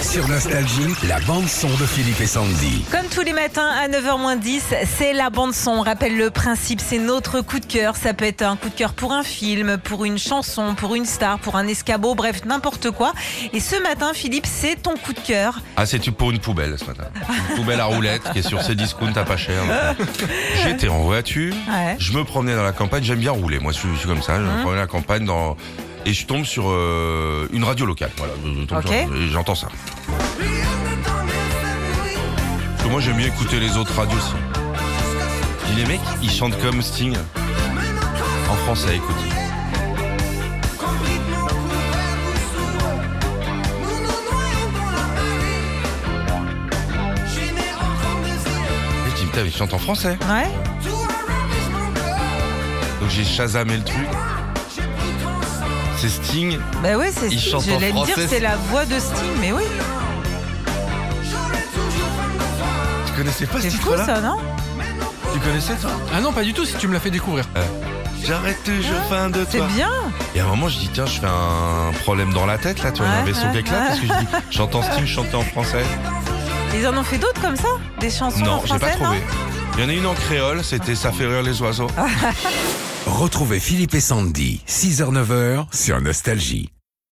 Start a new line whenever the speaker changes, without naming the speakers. Sur Nostalgie, la bande-son de Philippe et Sandy.
Comme tous les matins à 9h10, c'est la bande-son. On rappelle le principe, c'est notre coup de cœur. Ça peut être un coup de cœur pour un film, pour une chanson, pour une star, pour un escabeau, bref, n'importe quoi. Et ce matin, Philippe, c'est ton coup de cœur.
Ah, c'est pour une poubelle ce matin. Une poubelle à roulette qui est sur ses discounts à pas cher. J'étais en voiture,
Ouais. Hein
je me promenais dans la campagne, j'aime bien rouler. Moi, je suis, je suis comme ça, je me promène dans la campagne dans... et je tombe sur euh, une radio locale. Voilà, je tombe
Ok.
sur- et j'entends ça. Parce que moi, j'aime bien écouter les autres radios aussi. Je dis, les mecs, ils chantent comme Sting en français, écoute. Et je dis, putain, mais ils chantent en français.
Ouais.
Donc j'ai chasamé le truc. C'est Sting
Bah oui, c'est
Il
Sting.
chante
Je
en
l'ai dire,
français,
c'est
c'est-
la voix de Sting, mais oui.
Tu connaissais pas ce
C'est fou
titre-là
ça, non
Tu connaissais toi
Ah non, pas du tout, si tu me l'as fait découvrir.
J'arrête toujours fin de
Ah, C'est
toi.
bien.
Et à un moment, je dis tiens, je fais un problème dans la tête là, tu vois, il y a un
Ouais,
vaisseau qui
ouais,
éclate
ouais.
parce que je dis j'entends Sting chanter en français.
Ils en ont fait d'autres comme ça Des chansons
non,
en
j'ai pas
français, non
trouvé. Il y en a une en créole, c'était ça fait rire les oiseaux.
Retrouvez Philippe et Sandy, 6h-9h, sur Nostalgie.